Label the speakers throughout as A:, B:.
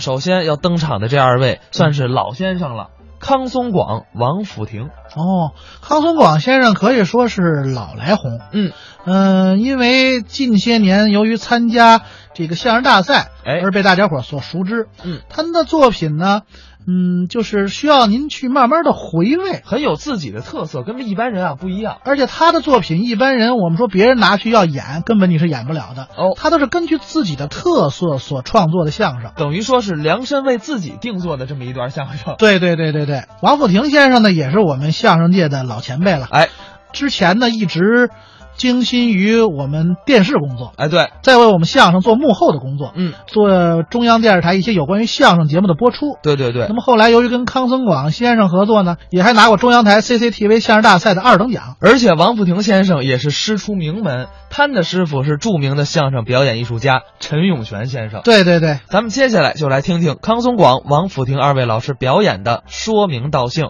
A: 首先要登场的这二位算是老先生了，康松广、王府庭。
B: 哦，康松广先生可以说是老来红。
A: 嗯
B: 嗯、因为近些年由于参加这个相声大赛，
A: 哎
B: 而被大家伙所熟知。
A: 嗯，
B: 他们的作品呢，嗯，就是需要您去慢慢的回味。
A: 很有自己的特色，跟一般人啊不一样。
B: 而且他的作品，一般人我们说别人拿去要演，根本你是演不了的。
A: 哦
B: 他都是根据自己的特色所创作的相声。
A: 等于说是量身为自己定做的这么一段相声。
B: 对对对对对，王府庭先生呢，也是我们相声界的老前辈了。
A: 哎
B: 之前呢，一直精心于我们电视工作，
A: 哎，对，
B: 在为我们相声做幕后的工作，
A: 嗯，
B: 做中央电视台一些有关于相声节目的播出。
A: 对对对
B: 那，么后来，由于跟康增广先生合作呢，也还拿过中央台 CCTV 相声大赛的二等奖。
A: 而且王府庭先生也是师出名门，他的师傅是著名的相声表演艺术家陈永泉先生。
B: 对对对，
A: 咱们接下来就来听听康松广、王府庭二位老师表演的说明道姓。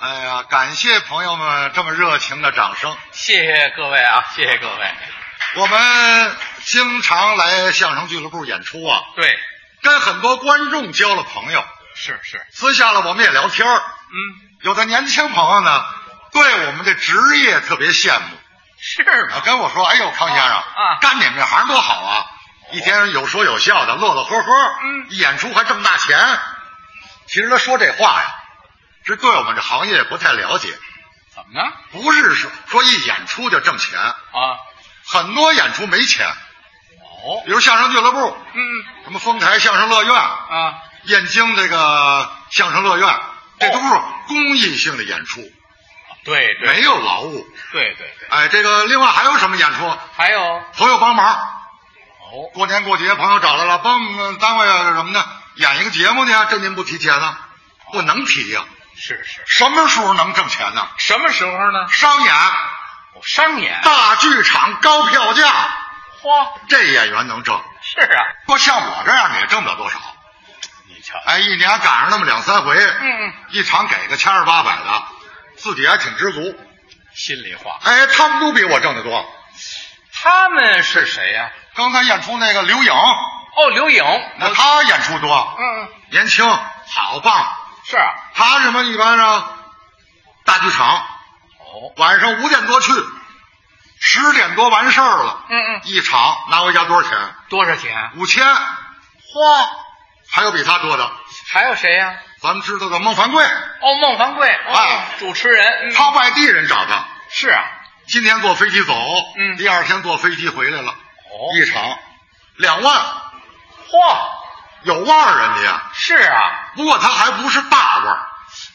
C: 哎呀，感谢朋友们这么热情的掌声。
D: 谢谢各位啊，谢谢各位。
C: 我们经常来相声俱乐部演出啊，
D: 对，
C: 跟很多观众交了朋友，
D: 是是，
C: 私下了我们也聊天儿
D: 嗯，
C: 有的年轻朋友呢，对我们的职业特别羡慕，
D: 是
C: 啊
D: 吗？
C: 跟我说：“哎呦，康先生
D: 啊哦
C: 干你们这行多好啊！一天有说有笑的，乐乐呵呵，
D: 嗯
C: 一演出还挣大钱。”其实他说这话呀，是对我们这行业不太了解，
D: 怎么了？
C: 不是说说一演出就挣钱，
D: 啊，
C: 很多演出没钱，
D: 哦
C: 比，如相声俱乐部，
D: 嗯
C: 什么丰台相声乐院、
D: 啊，
C: 燕京这个相声乐院，这都是公益性的演出，
D: 对对
C: 没有劳务。
D: 对对对，
C: 哎，这个另外还有什么演出？
D: 还有
C: 朋友帮忙，
D: 哦，
C: 过年过节朋友找来了，帮我们单位啊什么呢？演一个节目呢？这您不提钱呢？不能提呀、
D: 是是，
C: 什么时候能挣钱呢？
D: 什么时候呢？
C: 商演、
D: 哦商演，
C: 大剧场、高票价，
D: 嚯，
C: 这演员能挣。
D: 是啊，
C: 说像我这样的也挣不了多少。
D: 你瞧，
C: 哎，一年赶上那么两三回，
D: 嗯，
C: 一场给个千儿八百的，自己还挺知足。
D: 心里话，
C: 哎，他们都比我挣得多。
D: 他们是谁呀、
C: 刚才演出那个刘颖，
D: 哦，刘颖，
C: 那他演出多，
D: 嗯，
C: 年轻，好棒。
D: 是啊，
C: 他什么一般上大剧场，
D: 哦，
C: 晚上五点多去，十点多完事儿了，
D: 嗯嗯，
C: 一场拿回家多少钱？
D: 多少钱？啊
C: 五千。嚯，还有比他多的，
D: 还有谁呀、
C: 咱们知道的孟凡贵，
D: 哦，孟凡贵，哦、
C: 啊
D: 主持人，嗯
C: 他外地人找他，
D: 是啊，
C: 今天坐飞机走，
D: 嗯
C: 第二天坐飞机回来了，
D: 哦，
C: 一场两万，
D: 嚯，
C: 有腕儿人家，
D: 是啊，
C: 不过他还不是大腕儿，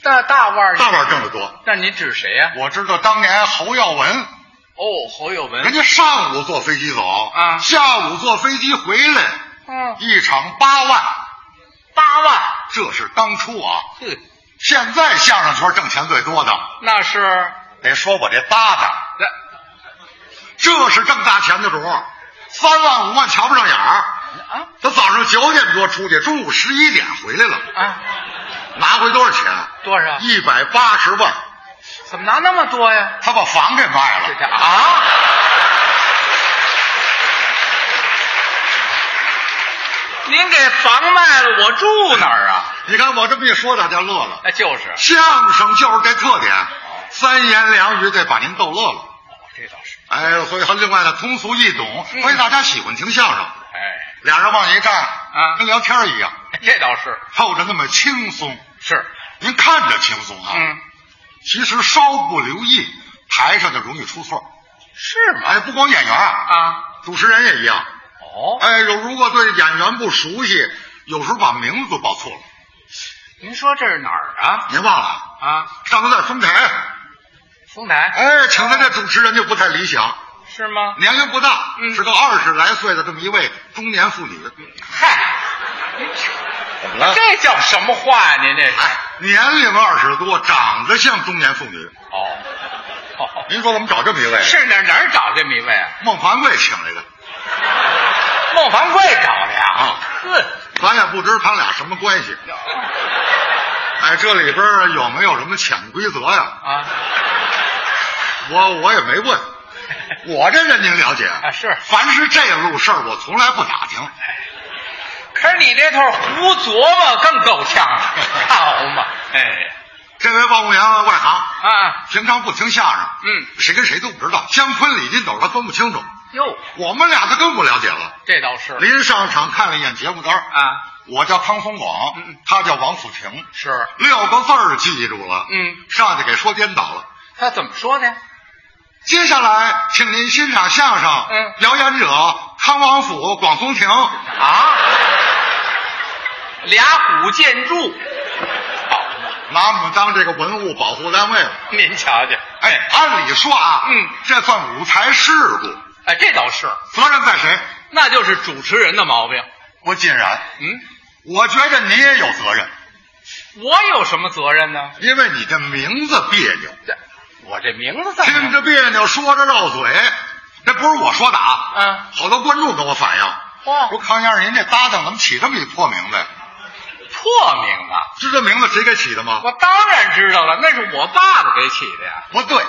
D: 那大腕儿，
C: 大腕儿挣得多。
D: 那您指谁呀、
C: 我知道当年侯耀文，
D: 哦，侯友文
C: 人，家上午坐飞机走，
D: 啊
C: 下午坐飞机回来，
D: 嗯，
C: 一场八万，
D: 八万，
C: 这是当初啊。
D: 哼，
C: 现在相声圈挣钱最多的，
D: 那是啊
C: 得说我这搭档，
D: 那
C: 这是挣大钱的主儿，三万五万瞧不上眼儿。
D: 啊
C: 他早上九点多出去，中午十一点回来了，
D: 啊
C: 拿回多少钱？
D: 多少？
C: 一百八十万，
D: 怎么拿那么多呀？
C: 他把房给卖
D: 这
C: 了。
D: 这啊！您给房卖了，我住哪儿啊？
C: 你看我这么一说，大家乐了。
D: 那就是，
C: 相声就是这特点，三言两语得把您逗乐了。
D: 哦这倒是，
C: 哎，所以说另外呢，通俗易懂，
D: 嗯
C: 所以大家喜欢听相声。
D: 哎，
C: 俩人往一站，
D: 啊
C: 跟聊天一样，
D: 这倒是，
C: 透着那么轻松。
D: 是，
C: 您看着轻松啊，
D: 嗯，
C: 其实稍不留意，台上就容易出错。
D: 是吗？
C: 哎，不光演员啊，
D: 啊，
C: 主持人也一样。
D: 哦，
C: 哎，有如果对演员不熟悉，有时候把名字都报错了。
D: 您说这是哪儿啊？
C: 您忘了，
D: 啊，
C: 上次在丰台，
D: 丰台
C: 哎，请的这主持人就不太理想，
D: 是吗？
C: 年龄不大，
D: 嗯
C: 是个二十来岁的这么一位中年妇女。
D: 嗨，您这
C: 怎么？
D: 这叫什么话呀、您这是？
C: 哎，年龄二十多，长得像中年妇女。
D: 哦，哦
C: 您说我们找这么一位？
D: 是哪哪儿找这么一位啊？
C: 孟凡贵请来的，
D: 孟凡贵找的呀？
C: 啊
D: 呵，
C: 咱也不知他俩什么关 系。哎，这里边有没有什么潜规则呀？
D: 啊，
C: 我我也没问，我这人您了解
D: 啊是
C: 凡是这路事儿我从来不打听。
D: 可是你这头胡琢磨更够呛了，好嘛？哎，
C: 这位报幕员外行，
D: 啊，
C: 平常不听相声，
D: 嗯，
C: 谁跟谁都不知道，姜昆、李金斗他分不清楚。
D: 哟，
C: 我们俩他更不了解了。
D: 这倒是
C: 临上场看了一眼节目单儿，
D: 啊，
C: 我叫康松广，
D: 嗯嗯
C: 他叫王府亭，
D: 是，
C: 六个字儿记住了，
D: 嗯，
C: 上去给说颠倒了。
D: 他怎么说的？
C: 接下来，请您欣赏相声，
D: 嗯
C: 表演者康王府广松亭。
D: 啊，俩古建筑，好嘛？
C: 拿我们当这个文物保护单位了。
D: 您瞧瞧，
C: 哎，按理说啊，
D: 嗯，
C: 这算舞台事故，
D: 哎，这倒是，
C: 责任在谁？
D: 那就是主持人的毛病。
C: 不尽然，
D: 嗯，
C: 我觉着你也有责任，
D: 我有什么责任呢？
C: 因为你这名字别扭，
D: 这我这名字怎么
C: 听着别扭，说着绕嘴，这不是我说的啊。
D: 嗯
C: 好多观众跟我反映，
D: 哇
C: 说康先生您这搭档怎么起这么一破名字呀？
D: 破名啊？
C: 知道名字谁给起的吗？
D: 我当然知道了，那是我爸爸给起的呀。
C: 不对，
D: 啊，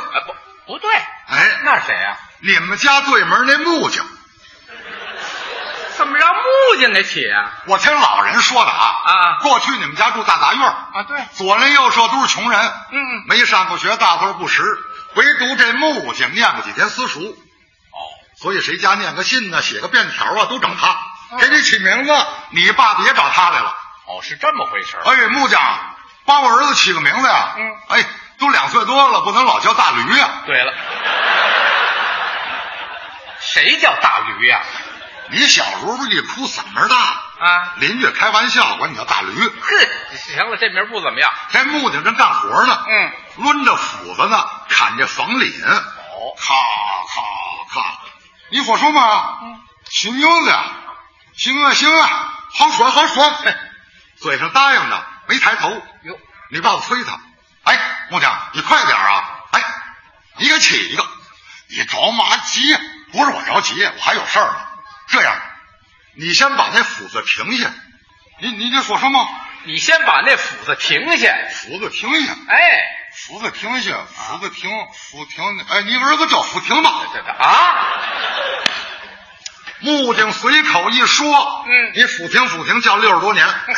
D: 不，不对，
C: 哎，
D: 那是谁呀、
C: 你们家对门那木匠，
D: 怎么让木匠给起啊？
C: 我听老人说的啊
D: 啊
C: 过去你们家住大杂院儿，
D: 啊，对，
C: 左邻右舍都是穷人，
D: 嗯，
C: 没上过学，大字不识，唯独这木匠念过几天私塾。哦，所以谁家念个信呢，写个便条啊，都找他。给你起名字，你爸爸也找他来了。
D: 哦，是这么回事儿。
C: 哎，木匠，帮我儿子起个名字呀。
D: 嗯。
C: 哎，都两岁多了，不能老叫大驴呀、
D: 对 了，谁叫大驴呀、
C: 你小时候不一哭嗓门大，
D: 啊？
C: 邻居开玩笑管你叫大驴。
D: 哼，行了，这名儿不怎么样。
C: 这木匠正干活呢，
D: 嗯，
C: 抡着斧子呢，砍这房檩，
D: 哦，
C: 咔咔咔。你火说嘛？嗯，行妞子呀，行啊行啊，好爽好爽。嘿嘴上答应着，没抬头。
D: 哟，
C: 你爸爸催他，哎，木匠，你快点啊！哎，你给起一个。你着嘛急呀？不是我着急，我还有事儿呢。这样，你先把那斧子停下。你你这火说嘛？
D: 你先把那斧子停下。
C: 斧子停下。
D: 哎，
C: 斧子停下，斧子停，斧停！哎，你儿子叫斧停吧。
D: 这这啊，
C: 木匠随口一说，
D: 嗯
C: 你斧停斧停叫六十多年，
D: 嗨，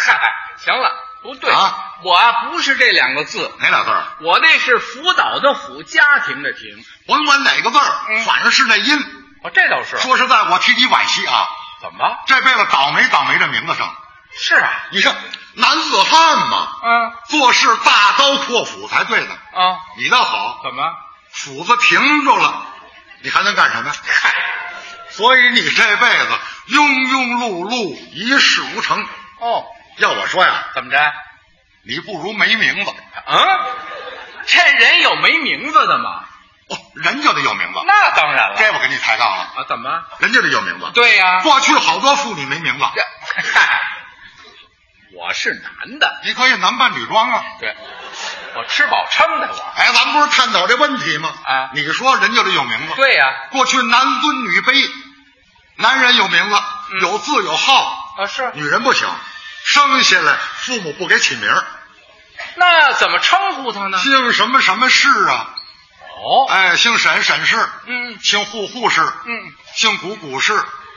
D: 行了，不对，
C: 啊
D: 我啊不是这两个字，
C: 哪俩字儿？
D: 我那是辅导的辅，家庭的庭。
C: 甭管哪个字儿，
D: 嗯
C: 反正是那音。
D: 哦，这倒是。
C: 说实在，我替你惋惜啊，
D: 怎么？
C: 这辈子倒霉倒霉这名字上。
D: 是啊，
C: 你看，男子汉嘛，
D: 嗯
C: 做事大刀阔斧才对呢。
D: 啊，
C: 你倒好，
D: 怎么？
C: 斧子停住了，你还能干什么呀？
D: 嗨，
C: 所以你这辈子庸庸碌碌，一事无成。
D: 哦，
C: 要我说呀，
D: 怎么着？
C: 你不如没名字。
D: 嗯，这人有没名字的吗？
C: 哦，人家得有名字，
D: 那当然了。
C: 这我跟你抬杠了，
D: 啊，怎么？
C: 人家得有名字。，
D: 对呀、
C: 过去好多妇女没名字，
D: 这嗨，我是男的，
C: 你可以男扮女装啊。
D: 对，我吃饱撑的我。
C: 哎，咱们不是探讨这问题吗？
D: 啊
C: 你说人家得有名字。，
D: 对呀、
C: 过去男尊女卑，男人有名字，
D: 嗯
C: 有字有号，
D: 啊，是。
C: 女人不行，生下来父母不给起名儿，
D: 那怎么称呼他呢？
C: 姓什么什么氏啊？
D: 哦，
C: 哎，姓沈沈氏，
D: 嗯
C: 姓户户氏，
D: 嗯，
C: 姓谷谷氏，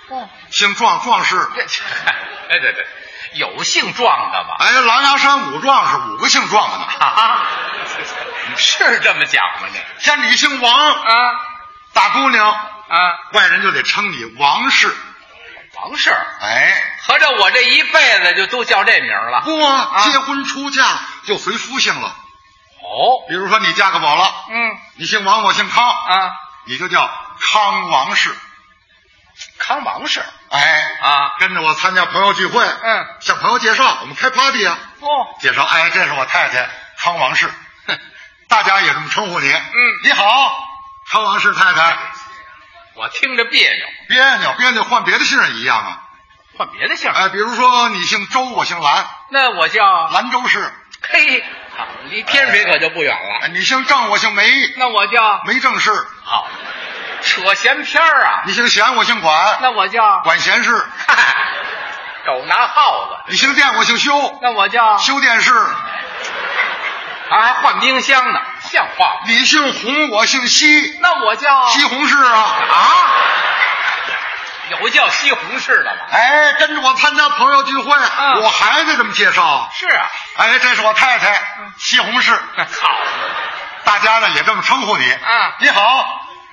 D: 哦，
C: 姓壮壮氏。
D: 这这，哎对对，有姓壮的吗？
C: 哎，狼牙山五壮是五个姓壮的呢。
D: 啊，是这么讲吗？这
C: 像你姓王，
D: 啊
C: 大姑娘，
D: 啊，
C: 外人就得称你王氏。
D: 王氏儿，
C: 哎，
D: 合着我这一辈子就都叫这名儿了。
C: 不啊，
D: 啊
C: 结婚出嫁就随夫姓了。
D: 哦，
C: 比如说你嫁给我了，
D: 嗯
C: 你姓王，我姓康，
D: 啊，
C: 你就叫康王氏。
D: 康王氏儿
C: 哎，
D: 啊，
C: 跟着我参加朋友聚会，
D: 嗯，
C: 向朋友介绍，我们开 party 啊，
D: 哦，
C: 介绍，哎，这是我太太康王氏，哼大家也这么称呼你。
D: 嗯
C: 你好，康王氏太太，
D: 我听着别扭，
C: 别扭别扭，换别的姓儿也一样啊。
D: 换别的姓儿。
C: 哎，比如说你姓周，我姓兰，
D: 那我叫
C: 兰州市。
D: 嘿，好离天水可就不远
C: 哎
D: 了。
C: 你姓郑，我姓梅，
D: 那我叫
C: 梅郑氏；
D: 好，扯闲篇儿啊。
C: 你姓贤，我姓管，
D: 那我叫
C: 管闲事；
D: 嗨， 狗拿耗子。
C: 你姓店，我姓修，
D: 那我叫
C: 修电视。
D: 啊啊，还换冰箱呢。像话吗？
C: 你姓洪，我姓西，
D: 那我叫
C: 西红柿啊！
D: 啊，有叫西红柿的吗？
C: 哎，跟着我参加朋友聚会，
D: 嗯
C: 我还得这么介绍。
D: 是啊，
C: 哎，这是我太
D: 嗯
C: 太西红柿，
D: 好，
C: 大家呢也这么称呼你。
D: 嗯
C: 你好，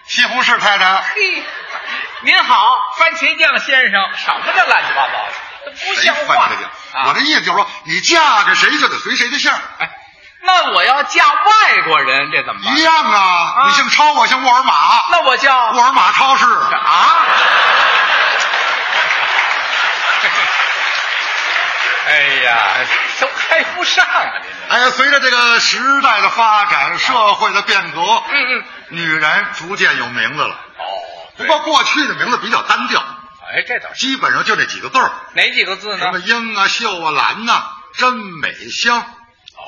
C: 西红柿太太。
D: 嘿，您好，番茄酱先生，什么这乱七八糟的，不
C: 谁
D: 像
C: 分
D: 话
C: 哎这个？
D: 啊！
C: 我这意思就是说，你嫁给谁就得随谁的姓儿，
D: 哎，那我要嫁外国人，这怎么办
C: 一？样啊。
D: 啊
C: 你姓超，我姓沃尔玛，
D: 那我叫
C: 沃尔玛超市。
D: 啊？ 哎呀，都开不上啊！您这，
C: 哎，随着这个时代的发展，社会的变革，
D: 嗯嗯，
C: 女人逐渐有名字了。
D: 哦，
C: 不过过去的名字比较单调，
D: 哎，这倒是
C: 基本上就这几个字儿，
D: 哪几个字
C: 什
D: 呢
C: 么？英啊、秀啊、兰呐、真美香，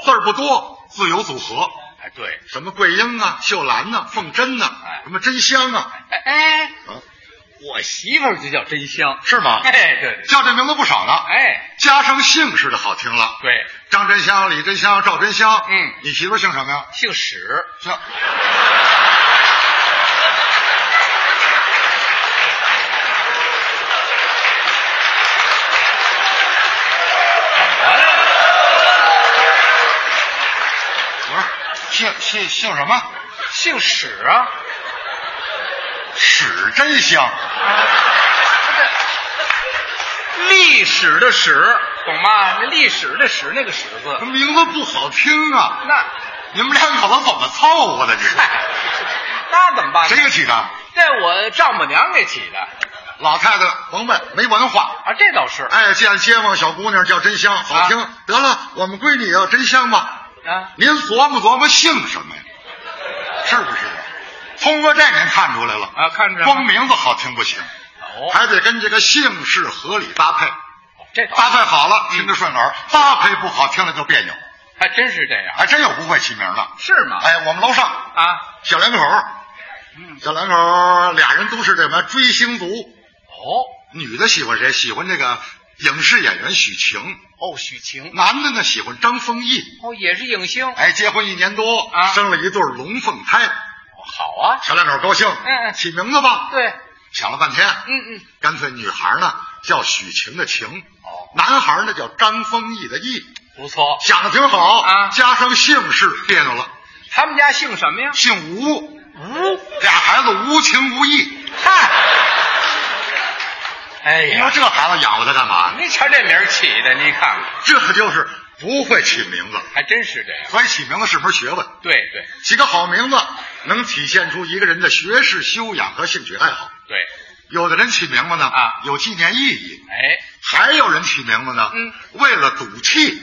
C: 字儿不多，自由组合。
D: 哎，对，
C: 什么桂英啊、秀兰呐、凤珍呐、
D: 哎
C: 什么真香啊，
D: 哎哎
C: 啊，
D: 我媳妇儿就叫真香，
C: 是吗？
D: 哎，对对，
C: 叫这名字不少呢。
D: 哎，
C: 加上姓氏的好听了，
D: 对，
C: 张真香、李真香、赵真香。
D: 嗯
C: 你媳妇儿姓什么呀？
D: 姓史，
C: 姓不是姓姓姓什么？
D: 姓史啊，
C: 史真香。
D: 历史的史，懂吗？那历史的史，那个史字，
C: 名字不好听啊！
D: 那，
C: 你们两口子怎么凑合的？你
D: 嗨，那怎么办呢？
C: 谁给起的？
D: 这我丈母娘给起的
C: 老太太甭问，没文化。
D: 啊，这倒是
C: 哎，见街坊小姑娘叫真香，好听。得了，我们闺女也叫真香吧。
D: 啊，
C: 您琢磨琢磨姓什么呀？是不是？通过这您看出来了
D: 啊看出来了
C: 光名字好听不行，
D: 哦，
C: 还得跟这个姓氏合理搭配。
D: 这倒
C: 搭
D: 是
C: 配好
D: 嗯
C: 了听着顺耳，搭配不好听着就别扭。
D: 还真是这样，
C: 还真有不会起名的。
D: 是吗？
C: 哎，我们楼上
D: 啊，
C: 小两口儿，
D: 嗯
C: 小两口儿俩人都是这什么追星族，
D: 哦
C: 女的喜欢谁？喜欢这个影视演员许晴，
D: 哦，许晴
C: 男的呢喜欢张丰毅。
D: 哦，也是影星，
C: 哎，结婚一年多，
D: 啊
C: 生了一对龙凤胎，
D: 哦好啊，
C: 小两口儿高兴，
D: 嗯嗯
C: 起名字吧。
D: 对，
C: 想了半天，
D: 嗯嗯，
C: 干脆女孩儿呢叫许晴的晴，
D: 哦，
C: 男孩儿呢叫张丰毅的毅，
D: 不错，
C: 想的挺好
D: 啊
C: 加上姓氏别扭了，
D: 他们家姓什么呀？
C: 姓吴，
D: 吴，
C: 俩孩子无情无义。
D: 嗨，哎
C: 你说
D: 呀，
C: 这孩子养活他干嘛呢？
D: 你瞧这名儿起的，你看看，
C: 这就是不会起名字，
D: 还真是这样，
C: 所以起名字是门学问。
D: 对对
C: 起个好名字能体现出一个人的学识修养和兴趣爱好。
D: 对，
C: 有的人起名字呢
D: 啊
C: 有纪念意义；
D: 哎，
C: 还有人起名字呢，
D: 嗯，
C: 为了赌气。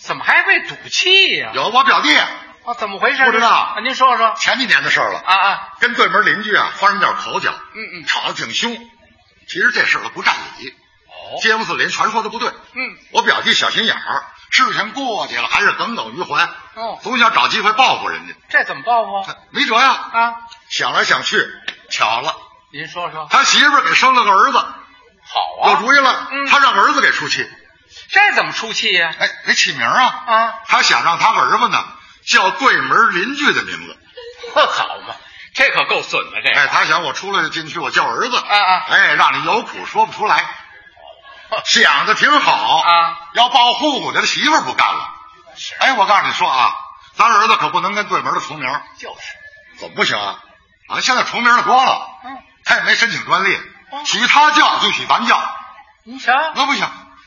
D: 怎么还会赌气呀、
C: 有我表弟
D: 哦，怎么回事？
C: 不知道
D: 啊您说说
C: 前几年的事儿了，
D: 啊啊，
C: 跟对门邻居啊发生点口角，
D: 嗯嗯
C: 吵得挺凶。其实这事儿他不占理，
D: 哦，
C: 街坊四邻全说他不对。
D: 嗯，
C: 我表弟小心眼儿，事情过去了还是耿耿于怀，
D: 哦
C: 总想找机会报复人家。
D: 这怎么报复啊？
C: 没辙呀，
D: 啊，
C: 想来想去，巧了，
D: 您说说，
C: 他媳妇儿给生了个儿子，
D: 好
C: 有
D: 啊，
C: 主意了，
D: 嗯
C: 他让儿子给出气，
D: 这怎么出气呀、
C: 哎，得起名啊，
D: 啊，
C: 他想让他儿子呢叫对门邻居的名字，
D: 呵，好嘛，这可够损的，这
C: 哎，
D: 个
C: 他想我出来就进去，我叫儿子，
D: 啊啊
C: 哎，让你有苦说不出来，想的挺好
D: 啊，
C: 要报户口去，媳妇儿不干了，哎，我告诉你说啊，咱儿子可不能跟对门的重名，
D: 就是，
C: 怎么不行啊？啊，现在重名的多了，
D: 嗯，
C: 他也没申请专利
D: 哦，
C: 许他叫就许咱叫。
D: 您瞧，
C: 那不行，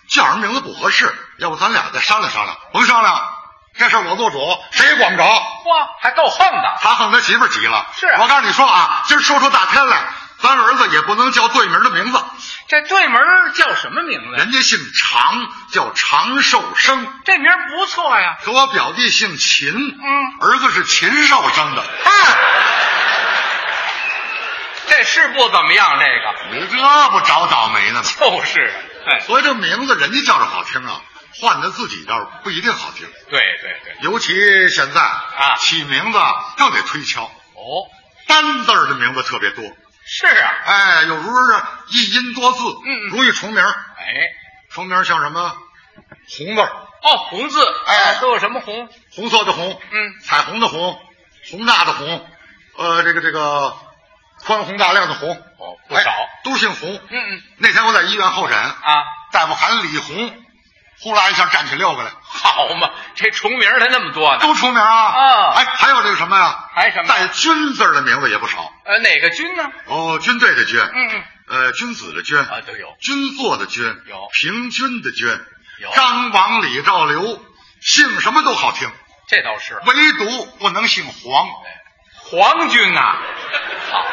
C: 叫人名字不合适，要不咱俩再商量商量。甭商量，这事儿我做主，谁也管不着。
D: 哇，还够横的，
C: 他恨他媳妇儿急了。
D: 是啊
C: 我告诉你说啊，今儿说出大天来，咱儿子也不能叫对名的名字，
D: 这对门儿叫什么名字呀？
C: 人家姓常，叫常寿生，
D: 这名儿不错呀，
C: 可我表弟姓秦，
D: 嗯，
C: 儿子是秦寿生的。
D: 这是不怎么样，这个
C: 你这不找倒霉呢吗？
D: 就是，哎，
C: 所以这名字人家叫着好听啊，换着自己倒是不一定好听。
D: 对对对，
C: 尤其现在啊起名字更得推敲。
D: 哦，
C: 单字儿的名字特别多，
D: 是啊，
C: 哎，有时候是一音多字，
D: 嗯嗯
C: 容易重名儿。
D: 哎，
C: 重名儿像什么红字儿，
D: 哦，红字，
C: 哎
D: 都有什么红？
C: 红色的红，
D: 嗯，
C: 彩虹的红，宏大的宏，呃，这个这个宽宏大量的宏，
D: 哦不少
C: 哎都姓洪。
D: 嗯嗯
C: 那天我在医院候诊，
D: 啊，
C: 大夫喊李红，呼啦一下站起六个来，
D: 好嘛，这重名儿它那么多呢，
C: 都出名啊！
D: 啊
C: 哎，还有这个什么呀？
D: 还什么呀？
C: 带“军”字儿的名字也不少
D: 呃，哪个军呢？
C: 哦，军队的“军”，
D: 嗯嗯，
C: 呃，君子的“君”，
D: 啊，都有
C: 军座的“军”，
D: 有
C: 平均的“均
D: 有”，，
C: 张王李赵刘，姓什么都好听，
D: 这倒是
C: 唯独不能姓黄，
D: 哎皇军 呐，好，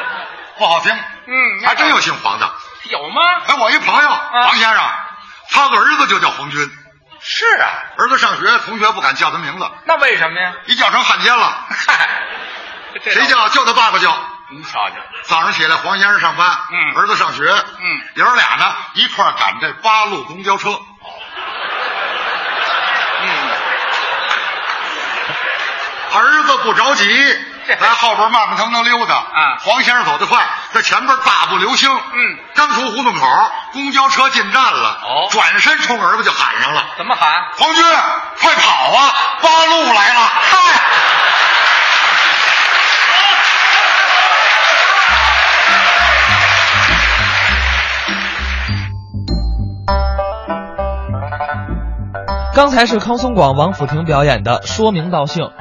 C: 不好听。
D: 嗯
C: 还真有姓黄的。
D: 有吗？
C: 哎，我一朋友
D: 啊
C: 王先生，他儿子就叫黄军，
D: 是啊，
C: 儿子上学，同学不敢叫他名字，
D: 那为什么呀？
C: 一叫成汉 奸了。
D: 嗨，这
C: 谁？叫？就他爸爸叫。
D: 您瞧瞧，
C: 早上起来，黄先生上班，
D: 嗯
C: 儿子上学，
D: 嗯
C: 爷儿俩呢一块儿赶这八路公交车，
D: 嗯，
C: 儿子不着急
D: 这，
C: 在后边慢慢腾腾溜达。
D: 啊
C: 黄先生走得快，在前边大步流星。
D: 嗯，
C: 刚出胡同口，公交车进站了，
D: 哦
C: 转身冲儿子就喊上了
D: 怎么喊：“？
C: 黄军，快跑啊！八路来了！”嗨，
A: 刚才是康松广、王府庭表演的《说明道姓》，